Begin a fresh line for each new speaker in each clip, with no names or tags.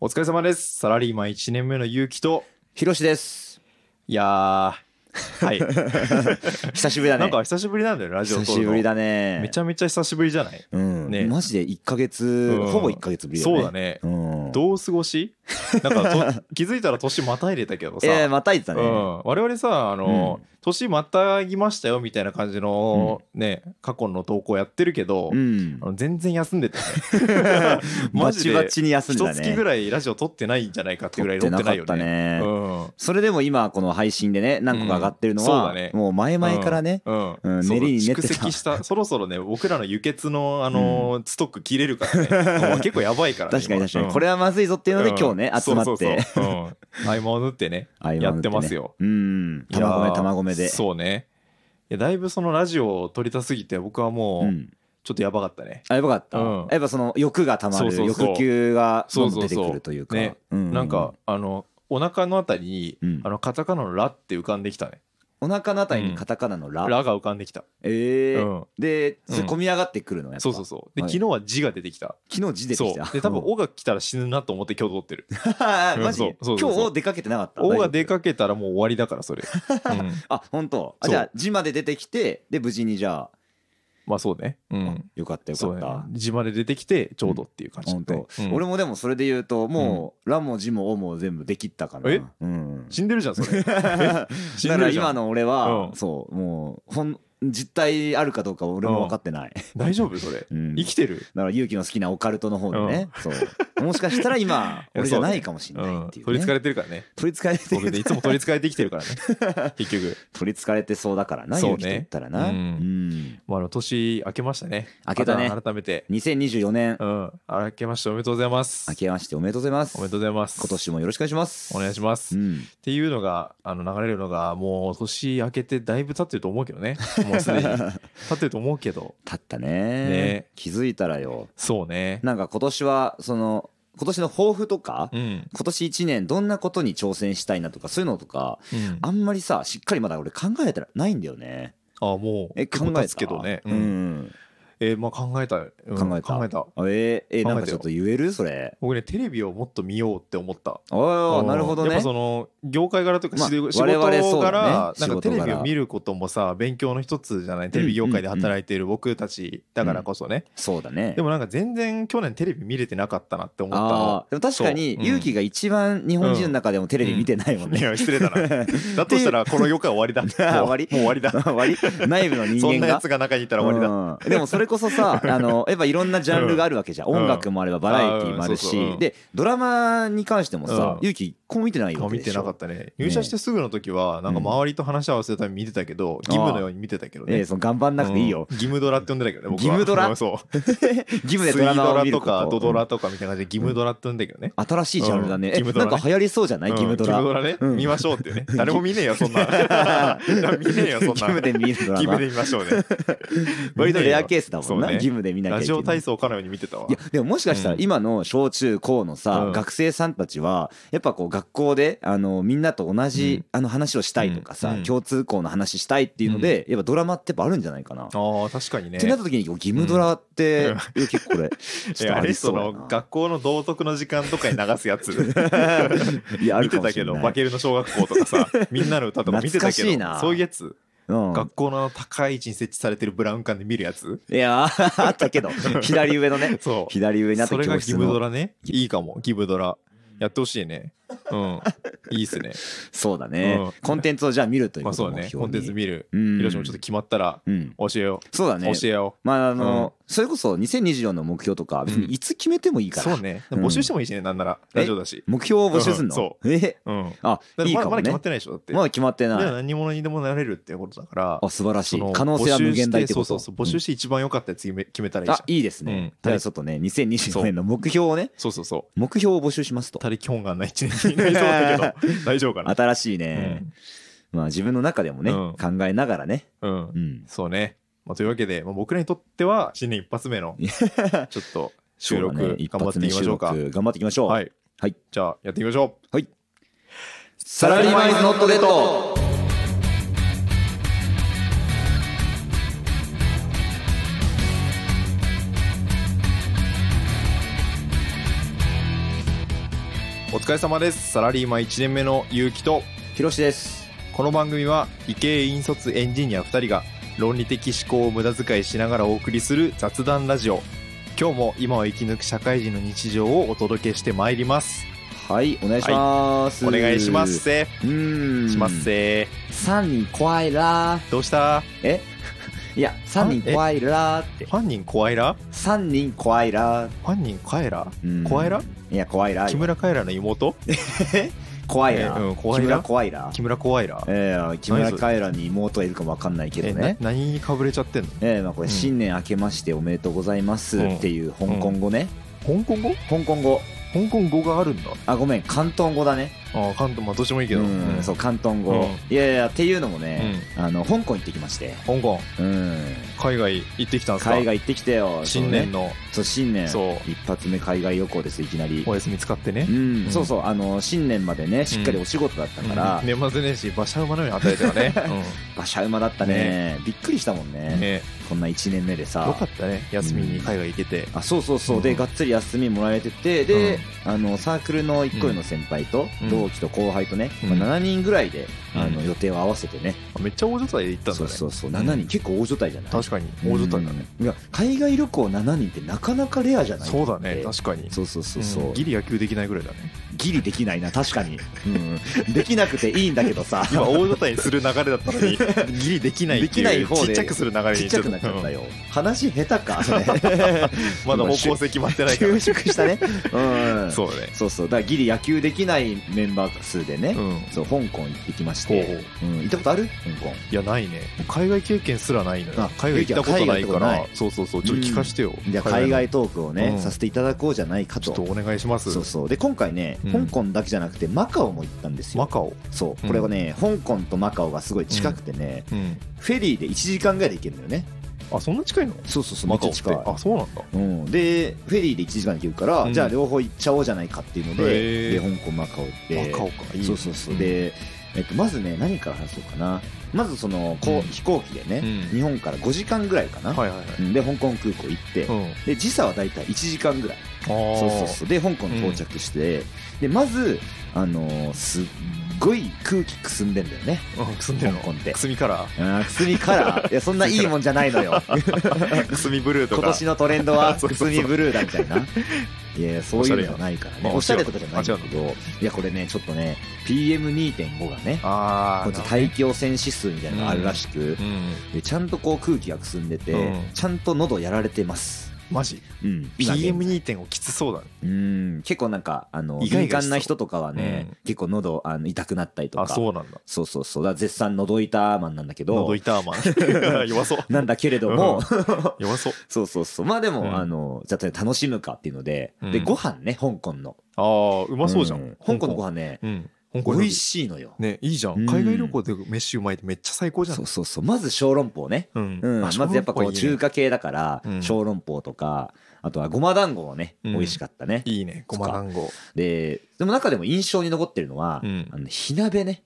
お疲れ様です。サラリーマン1年目のゆうきと、
ひろしです。
いやー、 はい。
久しぶりだ ね。
なんか久しぶりなんだよ、ラジオ撮
久
るの
しぶりだね。
めちゃめちゃ久しぶりじゃない、
うん、
ね
マジで一ヶ月、
ん
ほぼ一ヶ月ぶりだね。
そうだ。ね。
うん。
どう過ごしなんか と気づいたら年また入れたけどさ、
えー、また言ってた
う
ね。
ん、我々さあの、
う
年またぎましたよみたいな感じの、ね過去の投稿やってるけど、
うん
あ。の全然休んでたね
バチバチに休んでた
一月ぐ
ね。
らいラジオ撮ってないんじゃないかってぐらい撮ってないよ
撮ってなか
ね。
ったね
うん
それでも今この配信でね何個か上がってるの
うんそう
は、
だね
もう前々からね、
うん
うん
そう
練りに練って
蓄
た
積 したそろそろね僕らの輸血のあのー、ストック切れるから ねもう結構やばいからね
確かに確かに、
今
これはまずいぞっていうので、
うん
今日ね集まって
そうそうそう うん、合間を縫ってね
合間
や
を縫ってね
ってますよ
うん
いや
卵
ー
米卵米で
そうねいやだいぶそのラジオを取りたすぎて僕はもう、
ん、
ちょっとやばかったね、
あやばかった、
うん
やっぱその欲がたまる
そうそうそう
欲求がどんどん出て
そう
く
そう
る
そ
と
う
いうか
ね
うう
なんかあのお腹のあたりに、
うん
あのカタカナの「ラ」って浮かんできたね
お腹のあたりにカタカナ
「
のラ、
ラ」が浮かんできた、
えー
うん
で、
うん
それ込み上がってくるのやっぱ
そうそうそうで
はい
昨日は「字」が出てきた
昨日字出て
そう
きた
で多分「
うん
お」が来たら死ぬなと思って今日撮ってるうん
マジ
そう
で
そう
今
そうそう
日出かけてなかった
おが出
け
かけたらもう終わりだからそれ、うん
あ本当あ
そう
じゃあ字まで出てきてで無事にじゃあ
まあそうねうん
よかったよ
そ
か
う
っ
ね
た
字まで出てきてちょうどっていう感じだ
本
ったね
当俺
うん
もでもそれで言うともう「ラ」も「字」も「お」も全部できたかな
え
うん
死んでるじゃんそれ死ん
だ
で
から
るじゃ
今
ん
の俺
う
は
ん
そうもうほん実態あるかどうか俺も分かってない
大丈夫それ
うん
生きてる
だから勇気の好きなオカルトの方でねそうもしかしたら 今
いや
俺じゃないかもしれ
う
ない
ん
っていう
取りつか
ね
れてるからね
取りつかれて
僕でいつも取りつかれて生きてるからね結局
取り憑かれてそうだからな、
そうね
勇気と言ったらな、
う
うんん
まああの年明けましたね
明けたね
ま改めて
2024年、
うん明けましておめでとうございます
明けましておめでとうございます
おめでとうございます
今年もよろしくお願いします
お願いします
うん、
っていうのがあの流れるのがもう年明けてだいぶ経ってると思うけどねもうすでに経ってると思うけど
経ったね
ね
気づいたらよ
そうね
なんか今年はその今年の抱負とか、
うん、
今年1年どんなことに挑戦したいなとかそういうのとか
うん、
あんまりさしっかりまだ俺考えてないんだよね
あもう
え
結構
考えた
経つけどね、う
うんん、
えーまあ考えた、うん
考えた
考えた
あえーえ
考えた
ー
よ
なんかちょっと言えるそれ
僕ねテレビをもっと見ようって思った
あ
う
あ
ん
なるほど
やっ
ね
ぱその業界柄というか
まあ
仕事仕
我々
事
そう
柄
だね
なんかテレ
仕事
ビを
柄
見ることもさ勉強の一つじゃないテレビ業界で働いている僕たちだからこそね
そうだね
でもなんか全然去年テレビ見れてなかったなって思った
あ
の
あーでも確かに
そううん
勇気が一番日本人の中でもテレビ見てないもん
い
ね、
や失礼 だなだとしたらこの業界終わりだ
終わり
もう終わりだ
終わり内部の人
そん
間
なや
が
つが中にいたら終わりだ
うんでもそれこ そさあのやっぱいろんなジャンルがあるわけじゃん、
うん
音楽もあればバラエティーもある
あーそうそうう
し
ん
でドラマに関しても
うん
さ勇気一個も見てないわけ
見
で
て
し
なか
ょ
ったね入社してすぐの時はなんか周りと話し合わせるために見てたけど義務のように見てたけど
え
ね
えその頑張んなくていいよ、
うん義務ドラって呼んでたけどね僕は
義務ド ラ
そう
義務
スイ
でドラマ
ド
を
ラ
見る
と
こ
か
と
ドドラとかみたいな感じで義務ドラって呼んだけどね。
うん新しいジャンルだね、
うん
え
義務ドラね
なんか流行りそうじゃない、
うん
義務ドラ
義務ドラ
う
ね。
ん
見ましょうっていうね。誰 も見ねえよ、そんな。見ねえよ、そんな。
義務で見る
義
ドラ
務
マ
で見ましょうね。
割とレアケースだもんな、
そうね
義務で見なきゃい
ラ
け
ジ
ない
オ体操かのように見てたわ
い。やでももしかしたら
うん
今の小中高のさ、
うん
学生さんたちはやっぱこう学校であのみんなと同じ、
うん
あの話をしたいとかさ、
うん
共通項の話したいっていうので、やっぱドラマってやっぱあるんじゃないかな。っ
ああ、確かにね。
てなった時にこう義務ドラって、え結構 これ
い
ちょっ
や
と
あ
あ
れ
り
そ
そうや
の
な。
学校の道徳の時間とかに流すやつ
いやあ
見
る
て
かも
た
し
け
れ
ど「
ない
バケルの小学校」とか さ「みんなの歌」とか見てたけ
懐かしい
ど
な
そういうやつ
うん、
学校の高い位置に設置されてるブラウン管で見るやつ
いや あったけど左上のね
そう
左上にあった
それが
教
ギ
室
ブド
の
ラね。いいかも、ギブドラ。やってほしいね。うん。いいっす ね。
そうだね、
うん
コンテンツをじゃあ見るという
まあ
こと
そう
を
だ
目
ね。
標
コ
に
ンテンツ見る。
うん
広島もちょっと決まったら
うん
教えよ
そうだ
う。
ね
教えよ
まああ
うん。
の、それこそ2024の目標とか別にいつ決めてもいいうから、
そうね。
うん
募集してもいいしね、なんなら。ラジオだし。
目標を募集す
う
ん
ん
の、
そ
え
うん。
あ
だって
いい
ま
か
だまだ
もね
決まってないでしょ、だって。
まだ決まって
だから
ない
何者にでもなれるってことだから。
あ素晴らし
そ
い
の
可能性は無限大ってこ
募集してそ
と
うそうそう。募集
し
して一番良かったやつ決め決めたらいいじ
あ
ゃん。
いいですね、
うん
じゃあちょっとね2024年の目標をね
そうそうそう。
目標を募集しますと
たりきょんがない一年になりそうだ けど、大丈夫かな。
新しいうね、
ん
まあ自分の中でもね、
うん
考えながらね、
うん
う。ん、
そうね。まあ、というわけで、まあ、僕らにとっては新年一発目のちょっと収録
そうだね
頑張っていきましょうか。
一発目収録頑張っていきましょう、
はい、
はい
じゃあやっていきましょう。
はいサラリーマンイズノットデッド
お疲れ様ですサラリーマン1年目のゆうきと
ひろしです
この番組は理系引率エンジニア2人が論理的思考を無駄遣いしながらお送りする雑談ラジオ今日も今を生き抜く社会人の日常をお届けしてまいります
はいお願いします、
お願いしますせ
うーん
しますせ
三人怖いら
どうした
えいや三人怖いらって
ファン人怖いら
三人怖いら
ファン人カエラ
うん
怖いら
いや怖いら
木村カエラの妹
怖いら、
えうん怖
木
いら
村怖いら
木村怖いら
えー、木村カエラに妹がいるかもわかんないけ
え
ど
な
ね
何にかぶれちゃってんの
えーまあこれ
うん
新年明けましておめでとうございますっていう香港語ね、
香港語
香港語
香港語があるんだ
あごめん広東語だね
ああ関東まあどっちもいいけど
うん
うん
そう広東語、
うん
いやいやっていうのもね、あの香港行ってきまして
香港
うん
海外行ってきたんですか
海外行ってきたよ
新年
の
の
そう,、新年
そう
一発目海外旅行ですいきなり
お休み使ってね
うん、
うん
そうそうあの新年までねしっかりお仕事だったから、
うん年末年始馬車馬のように与えたよ ね
馬車馬だったねびっくりしたもん
う
ね
んね
こんな1年目で
よ
さ
かったね休みに海外行けて
あそうそうそう、
うん
でがっつり休みもらえててで、あのサークルの1個上の先輩と、
うん
同期と後輩とね、
うん
まあ、7人ぐらいで、あの
うん
予定を合わせてね、
あめっちゃ大所帯で行ったんだ
そう
ね
そうそう7人、
うん
結構大所帯じゃない
確かに大所帯だね
うんいや海外旅行7人ってなかなかレアじゃない
そうだね
確か
確かに
そうそうそうそう、
うんギ
ギ
リ野球できないぐらいだね
リできないな確かに、うん、できなくていいんだけどさ
今大所帯にする流れだったのにギリできないっていう
できない方で
ちっちゃくする流れに
ちっちゃくなっちゃった
よ
よ、話下手かそれ
まだ方向性決まってないから
収縮したねうん
そうだね
そうそうだからギリ野球できないメンバー数でね、
うん
そう香港行ってきまし
ほう
て
ほ、
うん、行ったことある香港
いやないね海外経験すらないのよ
あ
海外行ったことないか
海外行ったこと
ら
な
そうそうそうちょっと聞かしてよ
じゃあ海
の
外トークをね、
うん
させていただこうじゃないか
ちょ
と
っとお願いします
そうそうで今回ね、
うん
香港だけじゃなくてマカオも行ったんですよ
マカオ
そう
うん
これがね、香港とマカオがすごい近くてね、
うん
フェリーで1時間ぐらいで行けるのよね
あそんな近いの
そうそうそうめ
マ
っ
カ
ち
オ
ゃ
って
近い
あそうなんだ
うん、でフェリーで1時間で行けるから、
うん
じゃあ両方行っちゃおうじゃないかっていうの
へ
でで
ー
香港マカオで
マカオかいいね
そうそうそう、
ん
で、えっと、まずね何から話そうかなまずそのこう、
うん
飛行機でね、
うん
日本から5時間ぐらいかな、
はいはいはい
うんで香港空港行って、
うん
で時差は大体1時間ぐらい
あ
そうそうそうで香港に到着して、でまず、あのーすっごい空気くすんでんだよね
あくすんでるの
香港って
くすみカラ
あーくすみカラーいやそんないいもんじゃないの よ
ーくすみブルーと
今
か
年のトレンド は
そう
く
そう
す
そう
みブルーだみた いないやそういうのじゃないからねお
お
し
し
ゃ
ゃ
れ
れ
と
やん
かじゃないんだけ
あ違
どいやこれねちょっとね PM2.5 がね
ああ
こうやって大気汚染指数みたいなのがあるらしく
う、ん
でちゃんとこう空気がくすんでて、
うん
ちゃんと喉やられてます、
マジ
うん、今現在
PM2.5 きつそうだね
うん結構なんかあの
意外が
敏感な人とかはね、
うん
結構喉あの痛くなったりとか
あそうなんだ
そうそうそうだから絶賛喉痛マンなんだけど
喉痛マン 弱そう
なんだけれども、
弱そう
そうそうそうまあでも、
うん
あのじゃあ楽しむかっていうので、
うん
でご飯ね香港の
ああうまそうじゃん
香港のご飯ね
うん香
美
料理
味しいのよ、
ねいいじゃ
うん
ん海外旅行で飯うまいってめっちゃ最高じゃん
そうそうそうまず小籠包ね
うん
うん、ま
あ
ずやっぱこう中
小籠包
華系だから
うん
小籠包とかあとはごま団子もね
うん
美味しかったね
いいねいいねごま団子
ででも中でも印象に残ってるのは
うん
あの火鍋ね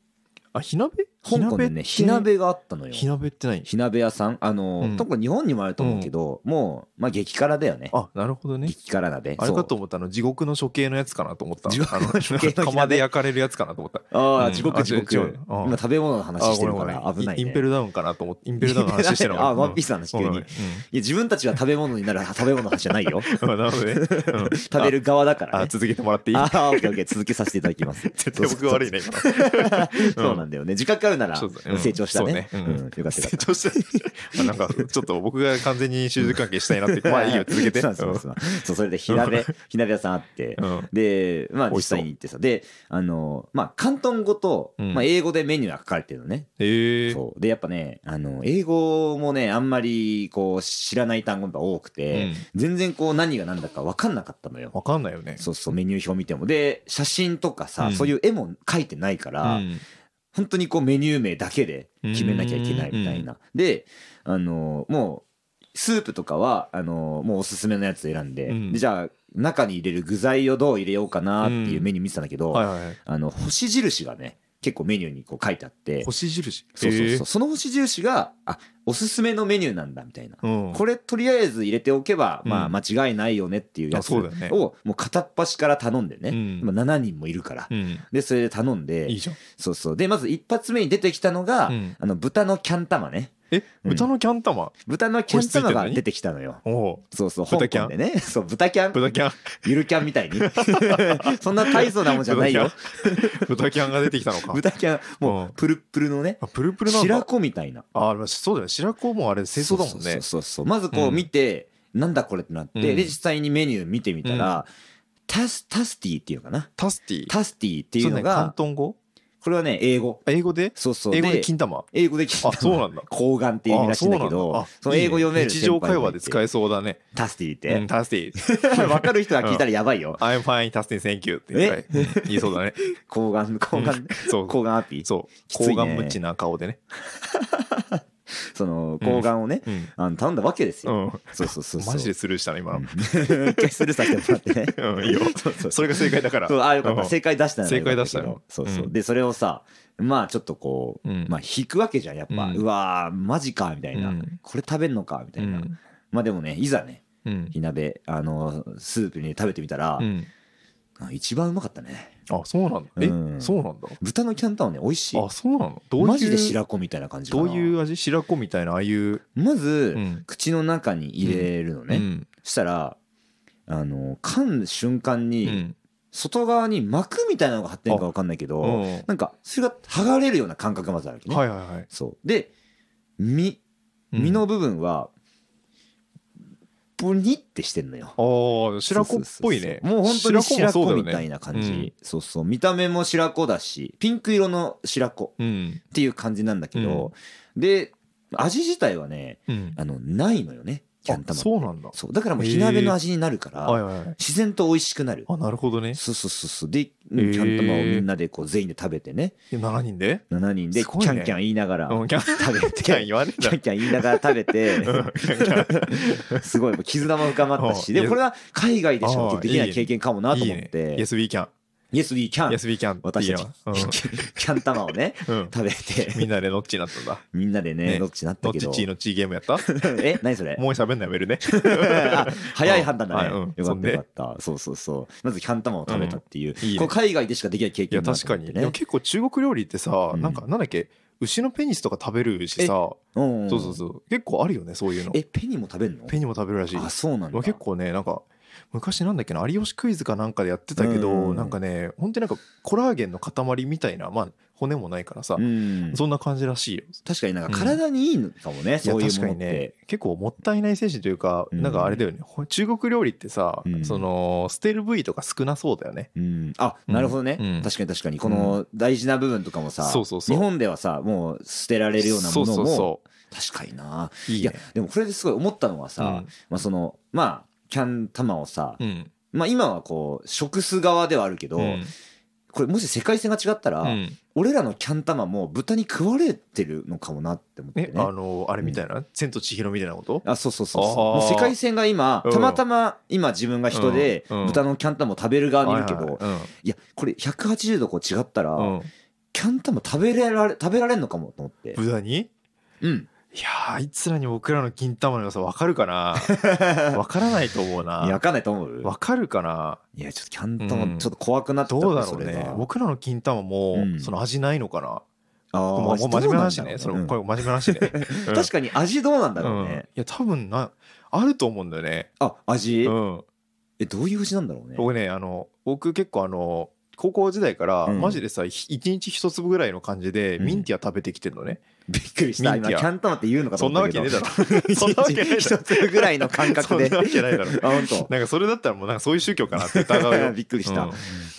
あ火鍋
香港でね火鍋があったのよ
火鍋って何
火鍋屋さんあの
うん
多分日本にもあると思うけどもうまあ激辛だよね
あなるほどね
激辛鍋
あれか
そ
と思ったあの地獄の処刑のやつかなと思った
地獄
あ
の処刑の火鍋
釜で焼かれるやつかなと思った
うあ
う
あ
ん
地獄
あ
地
違う違
獄
うあ
今食べ物の話してるから
あごめ
危
んごめん
ない
インインペ
ね
ルダウンかなと思ってインペルダウンの話してるの
あワンピースの話急に
うん
いや自分たちは食べ物になる食べ物の話じゃないよ
うん なるほど ねうん
食べる側だか
あ
ら
あ
ね
続けてもらっていい
ああオッケーオッケー続けさせていただきます
絶対僕が悪いね今
そうなんだよね。自覚あるなら
そうだねうん
成長したね。う
そうんねう
よ
ん
かったよかっ
成長したあなんかちょっと僕が完全に就職関係したいな って
た。
まあいいよ続けて
そうそうそうそうそれで火鍋、火鍋屋さんあって。
うんうん
で、まあ
美
実
味しそう
際に行ってさ。で、あの、まあ広東語と、
うん
まあ英語でメニューが書かれてるのね。
へえ
そう。で、やっぱね、あの、英語もね、あんまりこう知らない単語が多くて、全然こう何が何だか分かんなかったのよ。
わかんないよね
そうそう、メニュー表見ても。で、写真とかさ、
うん
そういう絵も書いてないから、
うん
本当にこうメニュー名だけで決めなきゃいけないみたいな。で、あのもうスープとかはあのもうおすすめのやつ選んで,、
うん
でじゃあ中に入れる具材をどう入れようかなっていうメニュー見てたんだけど、
はいはいはい
あの星印がね結構メニューにこう書いてあって
星印
そうそう
え
そうその星印があおすすめのメニューなんだみたいな
ーうん
これとりあえず入れておけば、まあ、
うん
間違いないよねっていうや
あ
つ
そう
を
だよね
もう片っ端から頼んで
う
ね、
ん
今7人もいるから、
うん
でそれで頼んで
いいじゃん
そうそうでまず一発目に出てきたのが、
うん
あの豚のキャン玉ね
え
うん
豚のキャン玉
豚のキャン玉
こ
が
れついてんのに
出てきたのよ
おお
そうそう香
豚キャン
港でねそう豚キャン
豚キャン
ゆるキャンみ たいにそんな大層なもんじゃないよ
豚キャン が出てきたのか
豚キャンも
うん
うプルップルのね
あプルプルなん
白
だ
子みたいな
ああそうだよね白子もあれ清掃だもん
そ
ね
うそうそうそうまずこ
う
うん見て、なんだこれってなって、
うん
で実際にメニュー見てみたら、タスタスティっていうのかな
タスティ
タスティっていうの
それね
が
広東語
これはね英語
あ英語で
そうそう
英語で金玉
英語で聞いた
あそうなんだ
睾丸 っていう意味らしいんだけど
あ
そ
そう
の
なんだあ
英語読める
いいね日常会話で使
え
えそうだね
タスティっ
うん
て、
タスティ
分かる人が聞いたらやばいよ
I'm fine タスティ thank you って言ったらうん言いそうだ ね
睾丸睾丸
そう
睾丸アピ
そう
きついね
高顔無知な顔でね
その睾丸をね、
うん
あの頼んだわけですよ、
うん
そうそうそうそう
マジでスルーしたね今の
うん 一回スルーさせてもらってね
うんいいよ
そうそう
それが正解だから
そうあよかっ
う
た
ん
正解出したならよかけど
正解出したよ
そうそううんでそれをさまあちょっとこう
うん
まあ引くわけじゃんやっぱ
うん
うわーマジかみたいうなんこれ食べんのかみた
う
いなんまあでもねいざね
うん
火鍋あのスープに食べてみたら
うん
あ一番うまかったね
あそうなんだ
う
え
ん
そうなんだ
豚のキャンタンね美味しい
あそうなのどういう
マジで白子みたいな感じか
ど
な
ういう味白子みたいなああいう
ま
う
ず
ん
口の中に入れるの
う
ね
ん
したらあの噛む瞬間
う
に
ん
外側に膜みたいなのが張ってるのか分かんないけ
う
ど
ん
なんかそれが剥がれるような感覚がまずあるわけね
はいはいはい
そうで身
うん
身の部分はブニってしてんのよ
ああ白子っぽいね
そうそうそうもう本当に白
もそ
子
う
み
だよ
た
ね
いな感じ、
うん
そうそう見た目も白子だしピンク色の白子
うん
っていう感じなんだけど、で味自体はね
うん
あのないのよねキャン
あ
玉
そうなんだ
そうだからもう火鍋の味になるから、
はいはいはい
自然と美味しくなる
あなるほどね
そうそうそうそうでうんキャン玉をみんなでこう全員で食べてね
7人で
7人ですキ
ごいね
ャ ンキャン言いながら
うんキャン
食べて
キャン言わねえ
キャンキャン言いながら食べて、すごいもう絆も深まった
う
し、
ん
でもこれは海外でし
あ
か
ー
できな
いい
い
ね
経験かもなと思っ
いいね
て、
Yes we can
Yes, we can!
Yes we can
私たち、
ち
キャン玉をね、 食 べて、
みんなでノッチになったんだ
みんなでね、
ね
どっちなっ
ノ
た
ッ
け
チ
ど
チー、のチーゲームやった
え、何それ
もう喋んないやめるね
あ早い判断だね。
はいうん
よか
そ
っ
ん
た
で
よかった。そうそうそう。まずキャン玉を食べたっていう、
いいね
こう海外でしかできない経
いや
験だな
確
と
か
思っ
に
て
でも
ね。
結構中国料理ってさ
うん
なんかなんだっけ牛のペニスとか食べるしさ
うん
そうそうそう結構あるよねそういうの
え、ペニも食べんの
ペニも食べるらしい
あ、そうなんだ。
結構ねなんか昔なんだっけな「有吉クイズ」かなんかでやってたけ
うんうんう
ど
ん
なんかね本当になんかコラーゲンの塊みたいなまあ骨もないからさ
うん。
そんな感じらしいよ
確かになんか体にいいのかもね、
いや
そういう
確
も
か
の
に
っ
ね
て。
結構もったいない精神というか
うん
なんかあれだよねほ中国料理ってさ
うん
その捨てる部位とか少なそうだよね
うん、あなるほどね、
うん
確かに確かにこの大事な部分とかもさ、
そうそうそう
日本ではさもう捨てられるようなものも
そうそうそ
確かにな
うい
い
いね
やでもこれですごい思ったのはさ、
うん
まあ、そのまあキャン玉をさ、
うん
まあ、今はこう食す側ではあるけど、
うん
これもし世界線が違ったら、
うん
俺らのキャン玉も豚に食われてるのかもなって思って
え
ね
あのあれみたいな「千と千尋」みたいなこと
あそうそうそうそう
あー
もう世界線が今
うん
たまたま今自分が人で
うんうん
豚のキャン玉を食べる側にいるけど、
はい
い
はいはい
やこれ180度こう違ったら、
うんうん
キャン玉食べれられ食べられんのかもと思って。
豚に
うん。
いやーあいつらに僕らの金玉の良さ分かるか な分からないと思う
いやわ
な
かんないと思う。
分かるかない
やちょっとキャン
うん
玉ちょっと怖くなって
ど
た
うだろ
そうれ
ね
が
僕らの金玉も
うん
その味ないのかな、
あー
まあもう真面目な話ねそ
どう
の
なん
こ
だろう
れ真面目な 話ね
うん確かに味どうなんだろう
うんい
ね。
や多分なあると思うんだよね
あ味
うん
えどういう味なんだろうね。
僕ねあの僕結構あの高校時代から
うん
マジでさひ一日一粒ぐらいの感じで
うん
ミンティア食べてきてるのね、
びっくりした。
ミン
今
ティ
キ
ア
ャン玉って言うのかと
そんなわ
思った
け
け
ねえ
ど。
だ ろそんなわけねえだ
一つぐらいの感
ろそ
覚
ん
で
な。わけないだろ
あ本当。
なんかそれだったらもうなんかそういう宗教かなって疑うよ
びっくりした。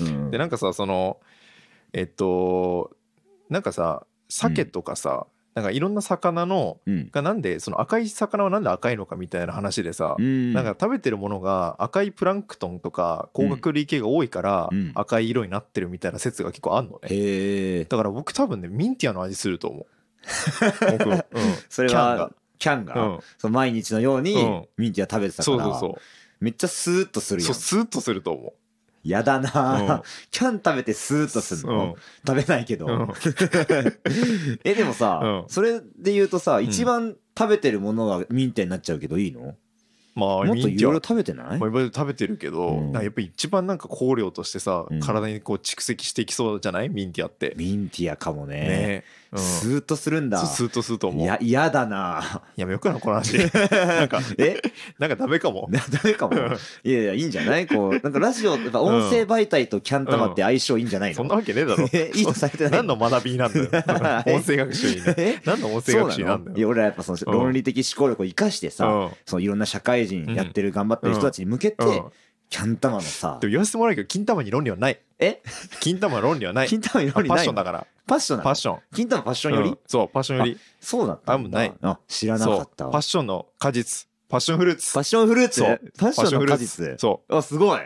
うんでなんかさそのえっとなんかさ鮭とかさ、なんかいろんな魚の
うん。
がなんでその赤い魚はなんで赤いのかみたいな話でさ、
うん。
なんか食べてるものが赤いプランクトンとか甲殻類系が多いから
うん
赤い色になってるみたいな説が結構あんのね、
へえ。
だから僕多分ねミンティアの味すると思う 僕、うん、
それ
キャンが
はキャン
う
が
ん
そう毎日のよう
うん
にミンティア食べてたか
そう
ら
そうそ
めっちゃスーッとす
う
るや。
そうんスーッとすると思
やだな、
うん
キャン食べてスーッとするの、食べないけど、
うん
えでもさ、
うん
それで言うとさ一番食べてるものがミンテになっちゃうけどいいの、
まあ
もっ
ミ
と
ン
い
ティ
ろいろ
ア
食べてない
まあいろいろ食べてるけど、
うん
なんかやっぱり一番なんか香料としてさ、
うん
体にこう蓄積してきそうじゃないミンティアって。
ミンティアかもね
ねうん、
ス
ス
ーッとするんだ
ーッとすると思。
いうや嫌だな
やめようかなこの 話んか
え
なんかダメかも。
なダメかもいやいやいいんじゃないこうなんかラジオやっぱ音声媒体とキャン玉って相性いいんじゃないの、。
そんなわけねえだろ
え いいとされてない。
何の学びなんだよ 音声学習に。
え
何の音声
そ
学
うな
習な
の
んだ
い
よ。
や俺らやっぱその
うん
論理的思考力を生かしてさ、
うん
そのいろんな社会人やってる頑張ってる人たちに向けて、
うん
キャン玉のさ
でも言わせてもらうけど金玉に論理はない。
え
金玉は論理は ない。
金玉より
パ
ない
ッションだから。
パッションな
パ
の
ッション。
金玉パッションより、
うんそうパッションより。
そうだったんだ
あんまない
あ知らな
そ
か
う
った
パッ
わ
ションの果実。パッションフルーツ。
パッションフルーツ
そう
パッシ
パッシ
ョ
ョ
ン
ン
の
フ
果
ルーツ
実。
そ
あすごい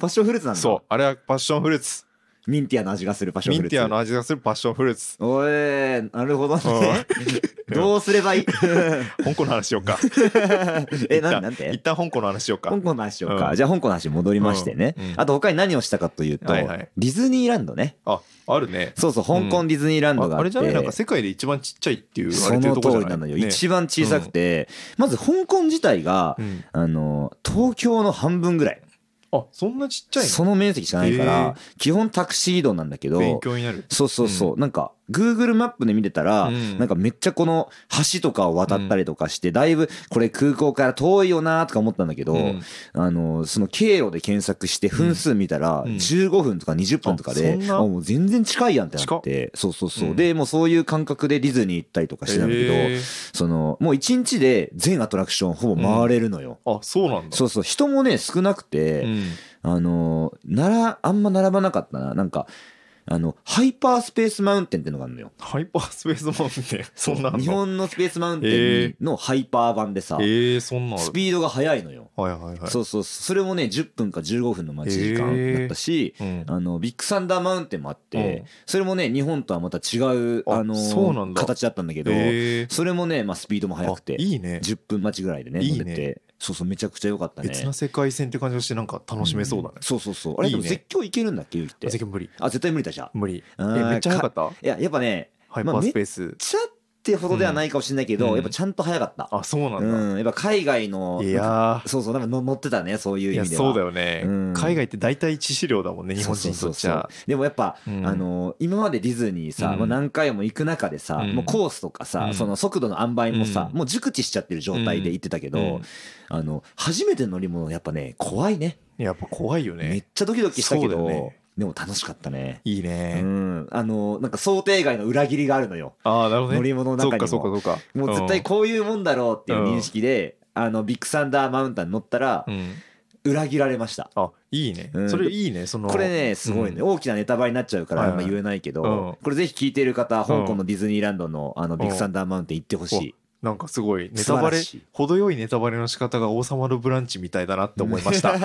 パッションフルーツなん
う。
だ
そう。あれはパッションフルーツ。
ミンティアの味がするパッション
ミ
フル
ン
ー
テ
ツ
ィアの味がするパッションフルー ツ。
おえーなるほどねどうすれ ばいい
香港の話しようか。
え
一旦
なんなんて
一旦香港の話しようか
香。港の話をか、
うん
じゃあ香港の話戻りましてね、
うんうん
あと他に何をしたかというと、
はいはい
ディズニーランドね
あ、あるね。
そうそう香港ディズニーランドが
あ
あって、
あれじゃないなんか世界で一番ちっちゃいっていう
そ
あれってい
の
うとこじゃ
通り
ない
なのよ、
ね
一番小さくて、まず香港自体が、
うん
あの東京の半分ぐらい
あそんなちっちゃいの
その面積しかないか
へ
ら
ー
基本タクシー移動なんだけ
勉
ど
強になる
そうそうそう、なんか Google マップで見てたら、
うん
なんかめっちゃこの橋とかを渡ったりとかして、だいぶこれ空港から遠いよなとか思ったんだけど、
うん
あのその経路で検索して分数見たら
うん
15分とか20分とかで、
あそんな
あもう全然近いやんってなってそうそうそう、
うん
でもうそういう感覚でディズニー行ったりとかしてたんだけど、
へえ
そのもう1日で全アトラクションほぼ回れるのよ、
あそうなんだ
そうそう人もね少なくて、
うん
あのならあんま並ばなかったななんかあのハイパースペースマウンテンってのがあるのよ
ハイパースペースマウン テンそんな
日
の
本のスペースマウン
へ
テ
え
ンのハイパー版でさ、
ええそんなのあ
ス
る
ピードが速いのよ、
はいはいはい
そうそうそれもね10分か15分の待ち
へ
時間
え
だったし、
うん
あのビッグサンダーマウンテンもあって、
うん
それもね日本とはまた違う
あ
あの
そうなんだ
形だったんだけど、
へえ
それもね、まあ、スピードも速くて
あいいね
10分待ちぐらいでね
いいね
乗れてそうそうめちゃくちゃ良かったね
別な世界線って感じがしてなんか楽しめそうだね
んそうそうそうあれ
いい
で
ね
も絶叫いけるんだっけゆきって
あ全然無理
あ絶対無理だじゃ
無理え
あー
めっちゃ早かった
んいややっぱね
ハイパースペース
ちゃってほどではないかもしれないけど、
うん
やっぱちゃんと速かった
あそうな
うんんやっぱ海外の
だいや
そうそうなんかの乗ってたねそういう
ーい
意
や
味では
そうだよね
うん
海外って大体致死量だもんね日本人にと
そう
っ
そ
ち
うそう
ゃ
そうでもやっぱ、
うん
あの今までディズニーさ、
うん
まあ、何回も行く中でさ、
うん
もうコースとかさ、
うん
その速度の塩梅もさ、
うん
もう熟知しちゃってる状態で行ってたけど、
うん
あの初めての乗り物やっぱね怖いね
やっぱ怖いよ
めっ
ね
ちゃドキドキしたけ
そう
ど、
だよね
でも楽しかったね
いいうね
んあのなんか想定外の裏切りがあるのよ
ああなるほどね
乗り物の中にも
そうかそうかそうか
もう絶対こういうもんだろうっていう認識で、あのビッグサンダーマウンターに乗ったら
うんうん
裏切られました、
あいいね、
うん
それいいねその
これねすごいね、
うん
大きなネタバレになっちゃうから
は
あ
い
ん
はい
ま言えないけど、
うん
これぜひ聞いてる方香港のディズニーランドのあのビッグサンダーマウンテン行ってほしい、
なんかすごいネタバレ
素晴らしい
程よいネタバレの仕方が「王様のブランチ」みたいだなって思いま した、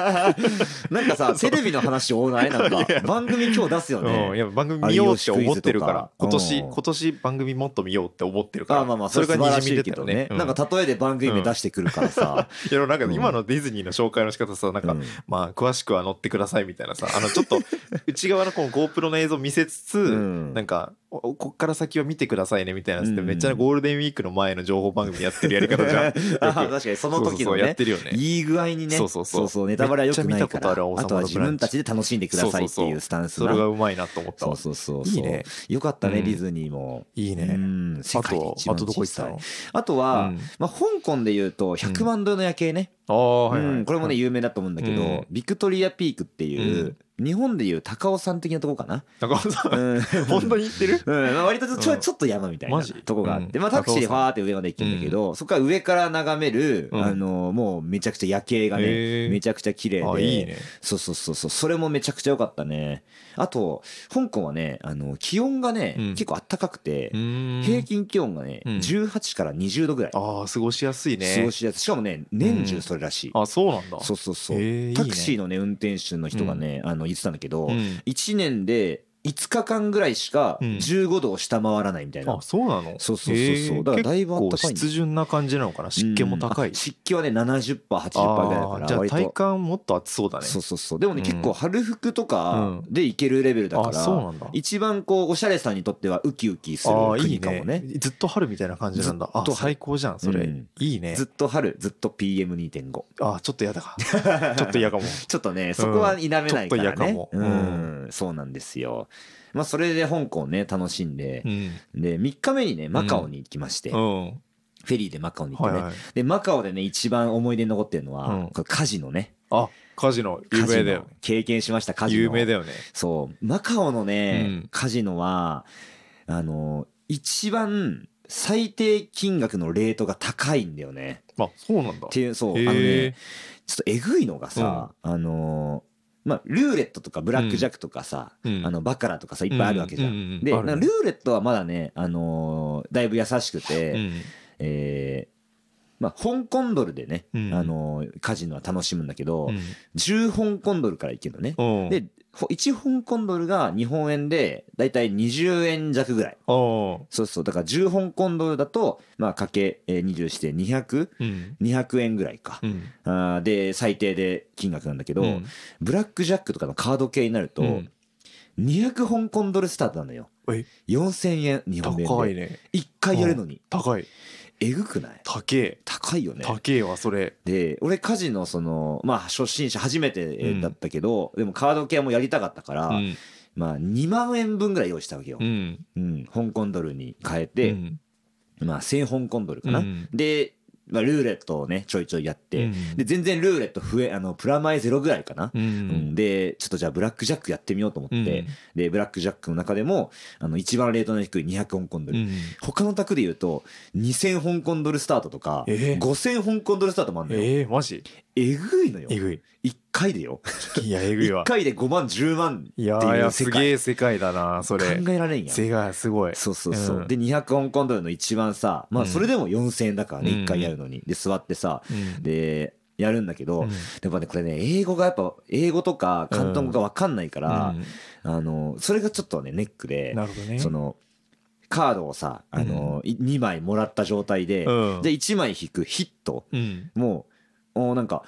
な んかさテレビの話多ないなんか番組今日出すよね、
うん、いや番組見ようって思ってるから
有
今年
吉クイズとか
今年番組もっと見ようって思ってるか
あ
ら
まあまあそれが素晴らしいけどね
うん
なんか例えで番組名出してくるか らさ、
いやなんか今のディズニーの紹介の仕方さなんか、
うん
まあ詳しくは乗ってくださいみたいなさあのちょっと内側のこの GoPro の映像見せつつ、
うん
なんかおこっから先は見てくださいねみたいなつって、
うん
めっちゃゴールデンウィークの前の情報番組やってるやり方じゃんよく
あ確かにその時
そうそう
の
そうや
ね
ってるよね
いい具合にね
そうそうそう
ネタバレはよくないか
め
ら
っちゃ見たことある王様
あ
の
と
ブラ
は
ンチ
自分たちで楽しんでくださいって
そう
い
そう
うスタンス
そ
な
れがうまいなと思った
そ
わ
うそうそう
いいね
よかったね、
うん
ディズニーも
いいね、
うん世界で一
あとあ
番
とどこ行
小
ってた
さい
の
あとは、
うん
まあ、香港でいうと100万ドルの夜景ね、
ああ、はいはい
うん、これもね有名だと思うんだけど、
うん
ビクトリアピークっていう、日本でいう高尾山的なとこ かな、
中尾さ、
うんん
本当に行って る
うんまあ、割とちょ,、
うん
ちょっと山みたいな
マジ
とこがあっ
う
て、
ん
まあ、タクシーでファーって上まで行けるんだけど、そこから上から眺める、
うん
あのもうめちゃくちゃ夜景が
へ
ね
ー
めちゃくちゃ綺麗
あ
で
いいね
そうそうそうそうそれもめちゃくちゃ良かったねあと香港はねあの気温がね、
うん
結構暖かくて、平
平
均気温がね、
うん
18から20度ぐらい
ああ過ごしやすいね
過ごしやすいしかもね年中それらしい、
あそうなんだ
そうそうそう、
へーいいね
タクシーのね運転手の人がね、あの言ってたんだけど、
うん
1年で5日間ぐらいしか
うん
15度を下回らないみたいな、
あそうなの
そうそうそうそうだからだいぶ
あ
あ
っ
ったた
か
か
い
いんだ
湿潤な感じなのかな湿気も高い
うんあ湿気はね
あ
70%80% ぐらいだか
ー
ら
じゃあ
割と
体感もっと暑そうだね
そうそうそうでも
う
ね、
ん
結構春服とかでいけるレベルだか
あそう
ら
なんだ
一番こうおしゃれさんにとってはウキウキする
ああいい
国かも
ね
ね
ずっと春みたいな感じなんだあ
ずっと春
最高じゃんそれ、
うん
いいね
ずっと春ずっと PM2.5
あちょっと嫌だか ちょっと嫌かも
ちょっとねそこは否めないからね、
ちょっと嫌かもう
うんん、そうなんですよまあそれで香港ね楽しんで
う、ん、
で3日目にねマカオに行きまして、
う
フ
ん、
ェリーでマカオに行っ
はい
てね、
はい
でマカオでね一番思い出に残ってるのは、
うん
これカジノね
あカジノ有
カジ
名だよ
ノ経験しましたカジノ
有名だよね
そうマカオのね、
うん
カジノはあの一番最低金額のレートが高いんだよね
あそうなんだ
っていうそうあの
へ
ね
え
ちょっとえぐいのがさ、あのまあルーレットとかブラックジャックとかさ、
うん
あのバカラとかさいっぱいあるわけじゃん。
うんうんうん
で
あるね
なんかルーレットはまだね、あのだいぶ優しくて、
うん
えーまあ、香港ドルでね、
うん
あのカジノは楽しむんだけど、
うん
10香港ドルからいけるのね。
うん
でほ1香港ドルが日本円でだいたい20円弱ぐらい。
うん
そうそうだから10香港ドルだと、まあ、かけえー20して200200
うん
円ぐらいか
う、ん
あーで最低で金額なんだけど、
うん
ブラックジャックとかのカード系になると、
うん
200香港ドルスタートなのよ
え
4000円日本円で
高いね
1回やるのに
高い
えぐくない
高え
高いよね
高えわそれ
で俺カジノそのまあ初心者初めてだったけど、でもカード系もやりたかったから、
うん
まあ2万円分ぐらい用意したわけよ
う、ん
うん、香港ドルに変えて、
うん
まあ1000香港ドルかな、
うん
で、まあ、ルーレットをねちょいちょいやって、
うん
で全然ルーレット増えあのプラマイゼロぐらいかな、
う
うん
ん
でちょっとじゃあブラックジャックやってみようと思って、
うん
でブラックジャックの中でもあの一番レートの低い200香港ドル、
うん
他の卓で言うと2000香港ドルスタートとか、
えー
5000香港ドルスタートもあんのよ
ええマジ
えぐいのよ
えぐい
1回でよ
いやえぐいわ
1回で5万10万って
い
い
やーいうや
世
す
界
げえ世界だなそれ
考えられんやん
世界すごい
そうそうそう、
うん
で200香港ドルの一番さま
う
あ
ん
それでも4000円だからね
うん
1回やるのにで座ってさ
うん
でやるんだけど、
うん
やっぱねこれね英語がやっぱ英語とか広東語が分かんないから、あのそれがちょっとねネック
う
で
んなるほどね
そのカードをさあの、2枚もらった状態で、
うん
で1枚引くヒット
うん
もうおなんか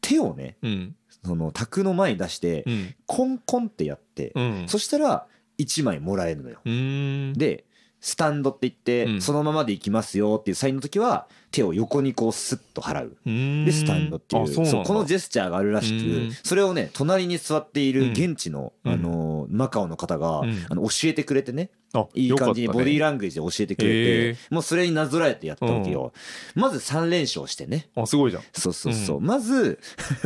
手をね
うん
その卓の前に出して、
うん
コンコンってやって、
うん
そしたら1枚もらえるのよ。
うーん
でスタンドって言って、
うん
そのままでいきますよっていうサインの時は手を横にこうスッと払う。
うーん
でスタンドっていう
あそうなん
そ
だ
うこのジェスチャーがあるらしく、
うん
それをね隣に座ってい
うん
る現地の、
うん
あのーマカオの方が、
うん
あの教えてくれてね
あ
いい感じに
よかった
ボ
ね
ディーラングエージで教えてくれて、
へえ
もうそれになぞらえてやったわけよ、まず3連勝してね
あすごいじゃん
そうそうそう、まず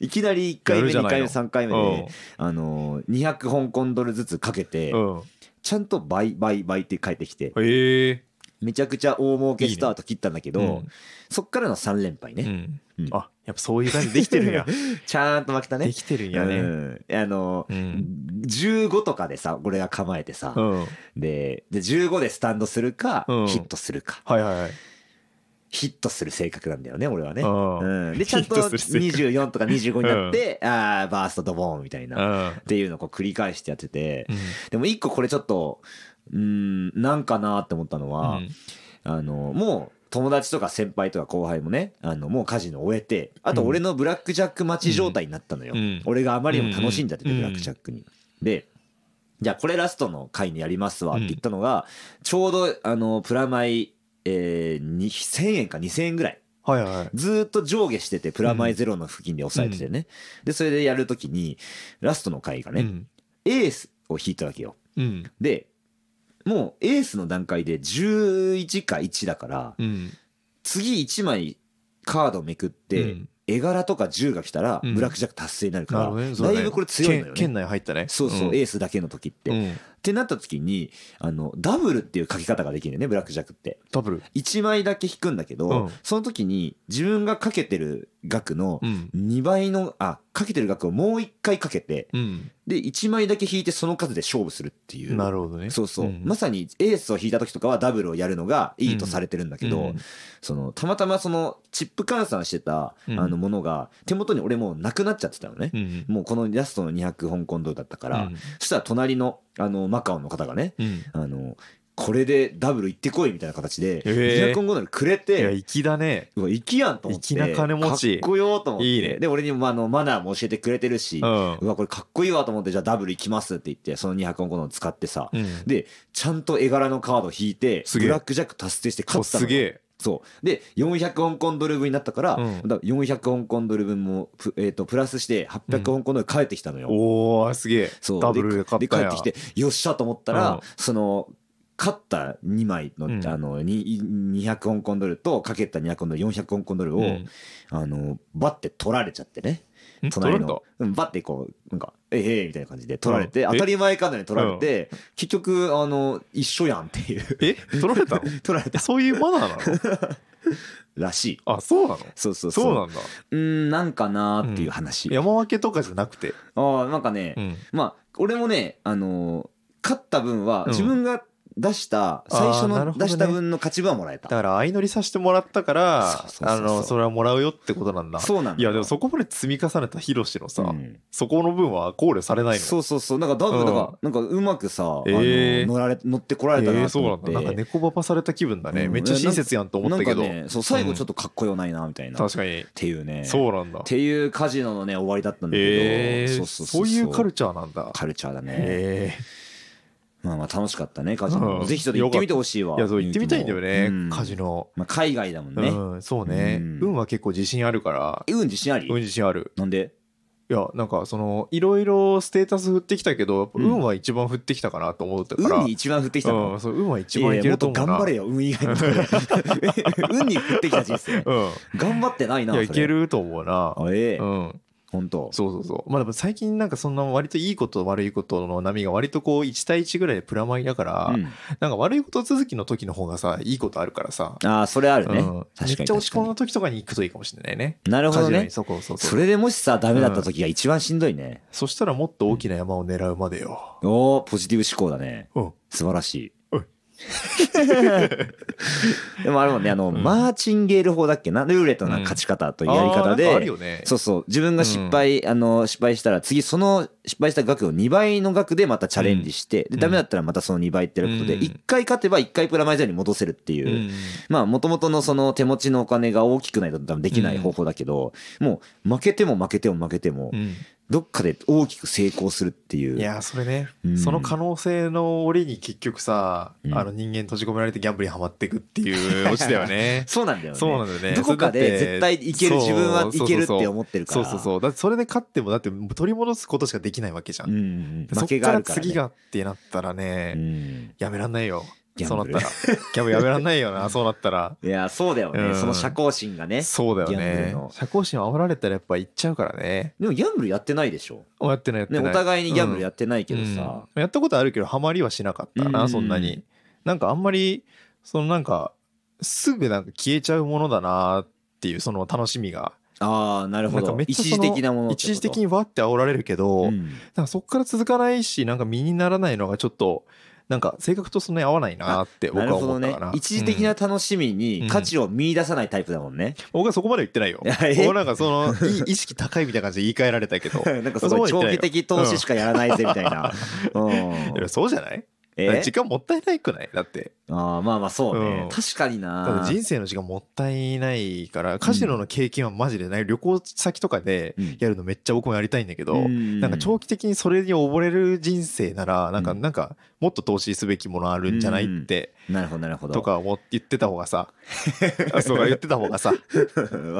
いきなり1回
や
目
るじゃ
2
ない
回
の
目3回目で、あのー200香港ドルずつかけて、
うん
ちゃんと倍倍倍って返ってきて
ええ
めちゃくちゃ大儲けスタート切ったんだけど
いいね
そっからの3連敗ね、うん
あやっぱそういう感じできてるん や
ちゃんと負けたね
できてるんや
う
ね
ん、あの、
うん
15とかでさ俺が構えてさ、
うんはい
でで15でスタンドするか、
うん
ヒットするか
はいはい
ヒットする性格なんだよね俺はね、
うん
うん、でちゃんと
ヒットする性
24とか25になって、ああバーストドボーンみたいな、っ
うん
ていうのをこう繰り返してやってて、
うん
でも一個これちょっとうーんなんかなって思ったのは、
うん
あのもう友達とか先輩とか後輩もねあのもうカジノ終えてあと俺のブラックジャック待ち状態になったのよ、
うん
俺があまりにも楽しんじゃってて、
うん
ブラックジャックに。でじゃあこれラストの回にやりますわって言ったのが、ちょうどあのプラマイ、えー、1000円か2000円ぐらい
はいはい
ずーっと上下しててプラマイゼロの付近で抑えててね、でそれでやるときにラストの回がね、
うん
エースを引いたわけよ
うん
でもうエースの段階で11か1だから、
うん
次1枚カードめくって、
うん
絵柄とか銃が来たら
うん
ブラックジャック達成になるか
な
ら、
るほどねそう
だ
ね
いぶこれ強いの
県
よね
県内入ったね
そうそう、
ん
エースだけの時って、
うん
ってなった時に、あの、ダブルっていう書き方ができるよね、ブラックジャックって。
ダブル。
1枚だけ引くんだけど、
うん
その時に自分がかけてる額の
うん。
2倍の、あ、かけてる額をもう1回かけて、
うん。
で、1枚だけ引いてその数で勝負するっていう。
なるほどね。
そうそう、
ん
まさにエースを引いた時とかはダブルをやるのがいいとされてるんだけど、
うん
そのたまたまそのチップ換算してた、
うん
あのものが手元に俺もうなくなっちゃってたのね
う、ん。
もうこのラストの200香港ドルだったから、そしたら隣のあのマカオの方がね
うん。うん。
あのこれでダブル行ってこいみたいな形で
へー
200香港ドルく
い
れ
や、
て。
粋だね。
うわ粋やんと思って
粋な金持ち
かっこよと思って
いいね
で俺にもあのマナーも教えてくれてるし、
う。
うんわこれかっこいいわと思ってじゃあダブル行きますって言ってその200香港ドル使ってさ、
うん。
で、ちゃんと絵柄のカード引いて、
すげえ
ブラックジャック達成して勝
お
った
す
の
げ
よ。
え。
そう。で、400香港ドル分になったから、
うん
だから400香港ドル分もプ、えー、とプラスして800香港ドル返ってきたのよ。
おー、すげえ。
そう
ダブルで買
で、
った
帰
や
ってきて、よっしゃと思ったら、
うん
その、勝った2枚の、
うん
あの、に200香港ドルと、かけた200香港ドル、400香港ドルを、
うん
あの、バッて取られちゃってね。
ん取
隣
られ
の、うん、バッてこう、なんか、ええええみたいな感じで取られ
う
て、
んえ
当たり前かのように取られて、結局、あの、一緒やんっていう、
え取られたの
取られた
そういうマナーなの
らしい。
あ、そうなの
そうそうそう。
そうなんだ。
うーん、なんかなーっていう話。
山分けとかじゃなくて。
ああ、なんかね、
ん。
まあ、俺もね、あのー勝った分は、
うん
自分が出した、最
あ
初
ーなる
の
ほどね
出した分の勝ち分はもらえ
だ
た。
から相乗りさせてもらったから
そうそうそうそう
あのそれはもらうよってことなんだ
そうなんだ。
いやでもそこまで積み重ねたヒロシのさ、
うん
そこの分は考慮されないの
そうそうそう。なんかダブル、
うん
だから、なんかうまくさ、あの
えー
乗られ、乗ってこられた
え
な
ー
と
そう
思
な
っ
ん
て。
だなんか猫ばばされた気分だね、
うん
めっちゃ親切やんと思ったけど、
なんかね、そう最後ちょっとかっこよないなみたいな、っ
確かに、
ていうね
そうなんだ
っていうカジノのね終わりだったんだけど、
えー、そういうカルチャーなんだ
カルチャーだね、
え
まあまあ楽しかったねカジ
う
ノ
ん
ぜひちょっと行ってみてほしい
ー
わ
いやそう行ってみたいんだよね、
うん
カジノ、
まあ、海外だもんね、
うんそうね、
うん
運は結構自信あるから
運自信あり、
運自信ある
なんで
いやなんかそのいろいろステータス振ってきたけどやっぱ
うん
運は一番振ってきたかなと思ったから、
運に一番降ってきた
う
の
ん、、そう運は一
い
番
や
い
い
け
やも
る
っ
と思
と
う
頑
な
張れよ運以外のとこ ろ運に降ってきた人生
うん
頑張ってないない
やい
それ
けると思うな
あええ
うん
本当
そうそうそうまあでも最近なんかそんな割といいこと悪いことの波が割とこう1対1ぐらいでプラマイだから、
うん
なんか悪いこと続きの時の方がさいいことあるからさ、
ああそれある
うん
ね、
め
確
っ
かに
ちゃ落ち込んだ
確か
時とかに行くといいかもしれないね
になるほ
カ
ど
ジノ
ね
にそうそうそう
それでもしさダメだった時が一番しんどいね、
そしたらもっと大きな山を狙うまでよ
おおポジティブ思考だね
うん
素晴らし
おい
い でもあれもんねあの、
ん
マーチンゲール法だっけなルーレットな勝ち方というやり
あーな
方
んかある
で
よね
そうそう自分が失敗、あの失敗したら次その失敗した額を2倍の額でまたチャレンジして、
ん
でダメだったらまたその2倍ってやることで、
うん
1回勝てば1回プラマイゼロに戻せるっていう、
うん
まあもともとのその手持ちのお金が大きくないと多分できない方法だけど、もう負けても負けても負けても、
うん
どっかで大きく成功するっていう
いやーそれね、
うん
その可能性の折に結局さ、
うん
あの人間閉じ込められてギャンブルにはまっていくって いうオチだよね
そうなんだよね
そうなんだよね
どこかで絶対いける
そ
自
れ
分
だ
は
て
いけるっ
そう
て思ってるか
そう
ら
そうそうそうだってそれで勝ってもだって取り戻すことしかできないわけじゃん、
うんうんうん
そっ
負
か
けがあ
ら
るからね
次がってなったらね、
うん
やめらんないよ
ギャ
そ
ン
う
ブ
な
ル
ったらギャンブルやめらんないよ なそうなったら
いやそうだよ
う
ね
ん
その社交心がね
そうだよ
ギャンブル
ね
の
社交心煽られたらやっぱ行っちゃうからね
でもギャンブルやってないでしょ
やってないやって
ね
ない、
お互いにギャンブルや
っ
ってないけ
て
どさ
やったことあるけどハマりはしなかったな、
うん
そんなになんかあんまりそのなんかすぐなんか消えちゃうものだなっていうその楽しみが
ああなるほ
なんか
ど
めっちゃ
一
そ
時
の
的なものってこと
一時的にわって煽られるけど、
うん
なんかそこから続かないしなんか身にならないのがちょっとなんか性格とそんなに合わないなって僕
なる
は
ほ
思
ど
った
ね
かな
一時的な楽しみ
うん
に価値を見出さないタイプだもんね
うん僕はそこまで言ってないよ
え
僕はなんかそのい意識高いみたいな感じで言い換えられた けど
なんかすごい長期的投資しかやらないぜみたいなうん
いやそうじゃないだから
え
時間もったいないくないだって
あーまあまあそう
うん
ね確かに
だから
な
人生の時間もったいないからカジノの経験はマジでない旅行先とかで
うん
やるのめっちゃ僕もやりたいんだけど、な
なん
か長期的にそれに溺れる人生ならなんか、
うん
なんかもっと投資すべきものあるんじゃないって
なるほどなるほど
と か思って言ってた方がさあ そうか言ってた方が さ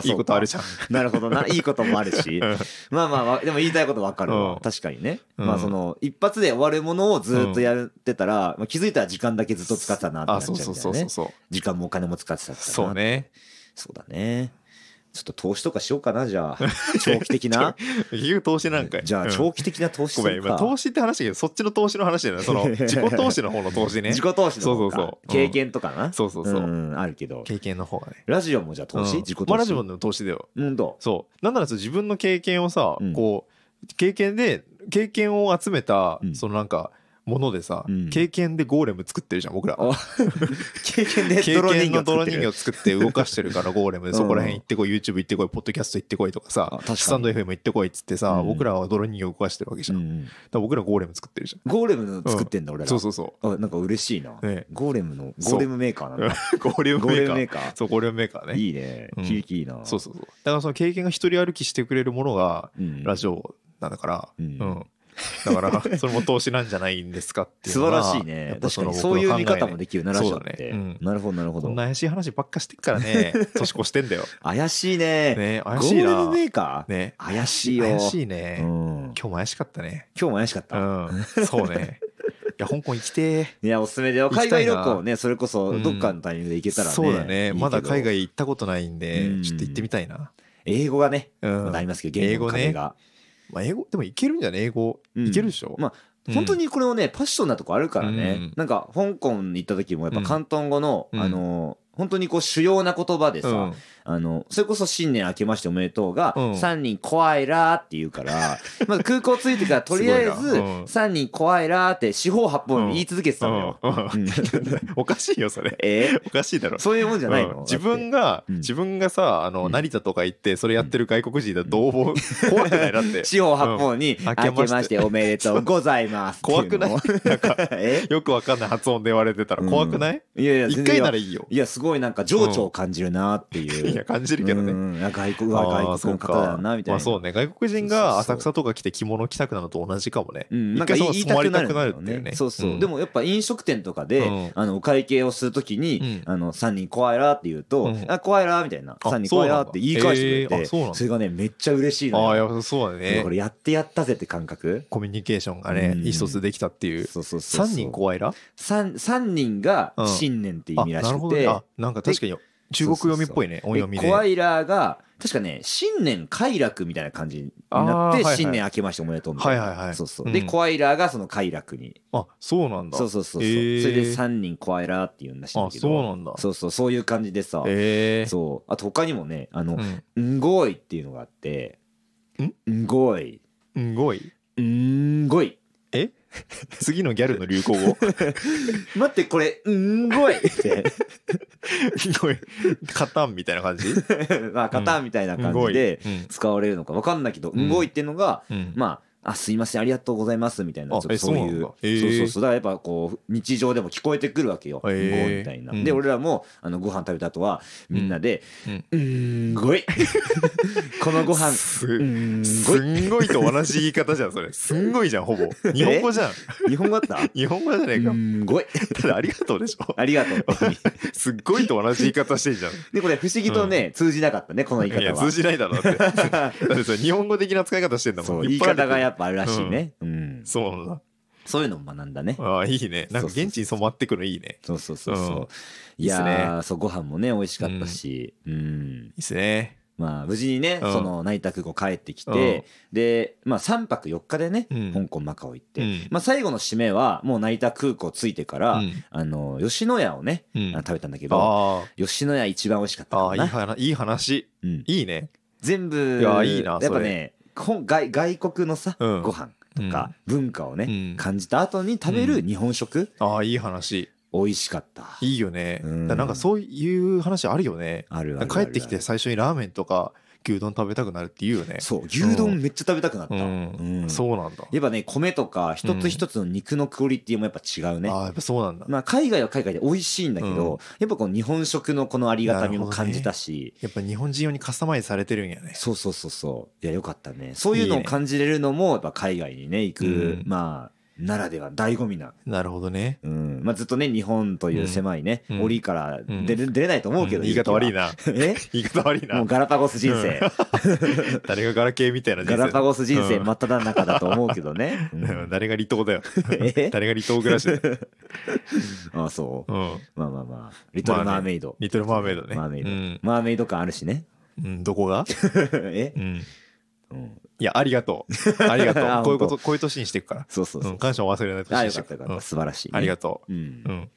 いいことある
し
じゃん。
なるほどないいこともあるし
うん
まあまあわでも言いたいことわかる
うん
わ確かにね
うん
まあその一発で終わるものをずっとやってたらまあ気づいたら時間だけずっと使ってたなってな
あ
っち
そ
ゃ
うう
みたい
そう
な
そうそ
ね
うそう
時間もお金も使ってたからな
そうね
そうだねちょっと投資とかしようかな、じゃあ。長期的な。
結局投資なんかい
じゃあ、
うん
長期的な投資
ご
す
めん
る
今
か。
投資って話だけどそっちの投資の話じゃないそ の自己投資の方の投資ね
自己投資
そ
の方か
うそうそう
経験とかな。
そうそうそう、
ん、あるけど。
経験の方がね
ラジオもじゃあ投資、
うん
自己投資。
まあラジオも投資だよ
うんと。
そうなんならさ自分の経験をさ、
うん
こう経験で経験を集めた、
うん
そのなんかものでさ、
うん
経験でゴーレム作ってるじゃん僕ら
あ経験で
経
泥
験
人形
の
作
泥
って
人
る
形作って動かしてる からゴーレムでそこら辺行ってこい YouTube 行ってこいポッドキャスト行ってこいとか
あ
さ
確かに
スタンド FM 行ってこいっつってさ、
うん
僕らは泥人形動かしてるわけじゃん、
う
だか
ん
ら僕らゴーレム作ってるじ
ゴーレムの作ってんだ、俺
ゃ
ら。
んそうそうそ
あなんか嬉しいな、
ね
ゴーレムの
そう
ゴーレムメーカーなんだ
う ゴーレム
ゴ
メ
ーレ
ーカ
ム
ー
メーカー
そうゴーレムメーカーね
いいね
うん
響きいいな
そうそうそうだからその経験が一人歩きしてくれるものが
うん
ラジオなんだから、
うん
うんだから それも投資なんじゃないんですかっていう
素
の
晴
が
らしいね
やっぱ
確か
の
にそういう見方も
僕の考えね
できるなラジオっ
そう
て、
だね
なるほどなる ほ
こん
ど
な怪しい話ばっかしてっからね年越してんだよ
怪しいね
ね怪
ゴ
しい
ーレ
な
ムメーカー、
ね
怪しいよ
怪し
い、
いね、
うん、
今
今
日も怪しかったね
日も怪しかった、
うんそう ねいや香港行きて
いやおすすめだ
行
よ
きた
海
いな
外旅行ねそれこそどっかのタイミングで行
え
けたらね、
そうだね
いいけど
まだ海外行ったことないんで、
うん
ちょっと行ってみたいな、
英語がね、
うん
まだありますけど言語の
英
壁
語
が、
まあ、英語でもいけるんじゃない英語、
うん
いけるでしょ、
まあ本当にこれをねパッションなとこあるからね、
うん
なんか香港に行った時もやっぱ広東語の、
うん
あのー本当にこう主要な言葉でさ、
うん
あの、それこそ新年明けましておめでとうが、
うん
3人怖いらーって言 うから、まず空港着いてからとりあえず、
すごいなうん
3人怖いらーって四方八方に言い続けてたのよ。
うん
うん
おかしいよそれ
え
おかしいだろ
そういうもんじゃないの、
うん自分が、
うん
自分がさあの、
うん
成田とか行ってそれやってる外国人だと思う、 怖くないだっ
だってて四方八方に、
ん
明
明
け
け
ま
まして
しておめでとうございますってうの
怖
を。え
よくわかんない発音で言われてたら怖くない、
いやいや、
一
全然
回
よ
ならいいよ
いや、すごいなんか情緒を感じるなーっていう。
いや感じるけどね、
うん、あ外国は外国の方だよな、みたいな。
まあそうね外国人が浅草とか来て着物着たくなるのと同じかもね、
うん、なん
一
か
回
言
そ
いう言い
染
た
ま
く
り
な
た
るん
くな
だよ
るっていう
ね
ね。
そうそう、
ん
でもやっぱ飲食店とかで、
うん
あのお会計をするときに、
うん
あの3人怖いらーって言うと「
うん
あ怖いら」みたいな「
あ
3人怖いら」って言い返してくれて、
そうなんだえーあそうなんだ
それがねめっちゃ嬉しい
あ
の
あ
よ。
いやそうだ
だ
ね
からやってやったぜって感覚
コミュニケーションがね
うん
一卒できたっていう
そうそうそう
三
そう
人怖いら
3, 人が新年って意
あ
味らし
なる
く
ほどね
て、
あなんか確かに中国読みっぽいね音読み
で
で
怖いらーが確かね新年快楽みたいな感じにな
あ
っ
ーは
て
いはい
新年明けましておめでとうみたいな、
はいはいはい
そうそうで
うん
怖いらーがその快楽に
あそうなんだ
そうそうそうそう、
えー
それで3人怖いらーって言うんだしいんだ
あ
け
そう
ど
なんだ
そうそうそういう感じでさ、
ええ
そうあと他にもねあの
うん
「んごい」っていうのがあって「んごい」
うんごい
「んごい
え 次のギャルの流 行語」
待ってこれ「んごい」って
ごいカタンみたいな感じ
まあカタンみたいな
うん
感
ご
じ
い
で
うん
使われるのか分かんないけど「
うん
んごい」っていうのが
うん
まああすいませんありがとうございますみたいな
あ
ちょっと
え
そうい
そ
う
うなんだ
そう
へー
そうそうだからやっぱこう日常でも聞こえてくるわけよ
へ
「んご
ー
い」みたいな
うん
で俺らもあのご飯食べた後はみんなで
うん
「んごい」 このご飯
す
んご
す
い
んごいと同じ言い方じゃんそれ すんごいじゃんほぼ日本語じゃん
日本語だった
日本語じゃねえか
んごい
ただありがとうでし ょ
ありがとうって意味
すっごいと同じ言い方してんじゃん
でこれ不思議とね、通じなかったねこの言い
いや
方
通
は
じないだろだってだってそれ日本語的な使い方してんだ
そ
も
うん言い
っぱ
方
ある
がやっぱあるらしいね、うん
そうなんだ
そういうのも学んだね
ああいいねなん
そうそう
か
そう
現地に染まってくのいいね
そうそうそうそう、
うん
いや
いいっす
ーそうご飯もね美味しかったし、うん
いいっすね
まあ無事にね、
うん
その成田空港帰ってきて、で、まあ、3泊4日でね、
うん
香港マカオ行って、
うん
まあ、最後の締めはもう成田空港着いてから、
うん
あの吉野家をね、
うん
あの食べたんだけど
あ
吉野家一番美味しかった
あああ
か
いい
な
話いい話
うん、
いいね
全部
いやいいな
やっぱ
そ
ねほん外外国のさ、
うん
ご飯とか文化をね、
うん
感じた後に食べる日本食、
ああいい話
美味しかった
いいよねだ
う
か
ん
らなんかそういう話あるよね
あるあるある
帰ってきて最初にラーメンとか牛丼食べたくなるって言うよね
そう牛丼めっちゃ食べたくなった、
うん
うん
そうなんだ
やっぱね米とか一つ一つの肉のクオリティもやっぱ違うね、
ああやっぱそうなんだ
まあ、海外は海外で美味しいんだけど、
うん
やっぱこの日本食のこのありがたみも感じたし、
やっぱ日本人用にカスタマイズされてるんやね
そうそうそうそういやよかったねそういうの
い
を
いね
感じれるのもやっぱ海外にね行く、
うん
まあならでは醍醐味な
なるほどね
うんまあ、ずっとね日本という狭いね、
うん
檻から
うん
出れ,、出れないと思うけど、
ん言い方悪い
な
な
え
言い方悪いな
もうガラパゴス人生
誰がガラケーみた いな人
ガ
生
ラパゴス人生
うん
真っ只中だと思うけ どね、うん
誰が離島だよ
え
誰が離島暮らしだよ、
ああそう
うん、
まあまあまあ「リトル・マーメイド」
リトルマーメイドね
マーメイド、
うん
マーメイド感あるしね
うん、どこ が、
え、
うん、
うん、
いやありがとうありがと
あ
うこういうこ
本
とこういう年にしていくから
そうそう
う
そう。
ん、感謝を忘れない年
あ、
に
よ
して
か
いく
ったよかっ
う
た。
ん
素晴らしい、
ありが
と
と
う。ん
う、う。ん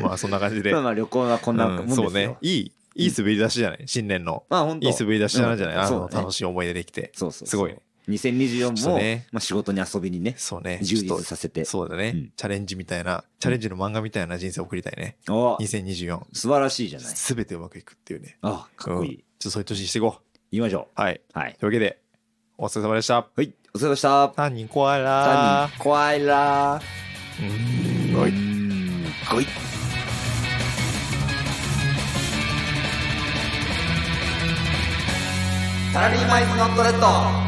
まあそん な感じで
まあまあ旅行はこんな
う
も
んん
ですよ。
そうねいいいい滑り出しじゃない新年の
まあ本当。
いい滑り出しなんじゃない
うん
あ
そう
の
だね
楽しい思い出できて
そうそうそう。
すごいね。ちょっ
2024
と
も、
ね
まあ仕事に遊びにね、
そうね
充
ちょっと
実させて。
そうだね、
うん
チャレンジみたいなチャレンジの漫画みたいな人生を送りたいね
お
2024
素晴らしいじゃない。
すべてうまくいくっていうね
あ、かっこいい。
うんちょっとそういう年にしていこう
行きましょ
はい。
う。はい。
というわけで、お疲れ様でした。
はい。お疲れ様でした。
単にコア
三
ラ
人怖い
ー。
らー。
は
う。ん。ごい。サラリーマイズのトレッド。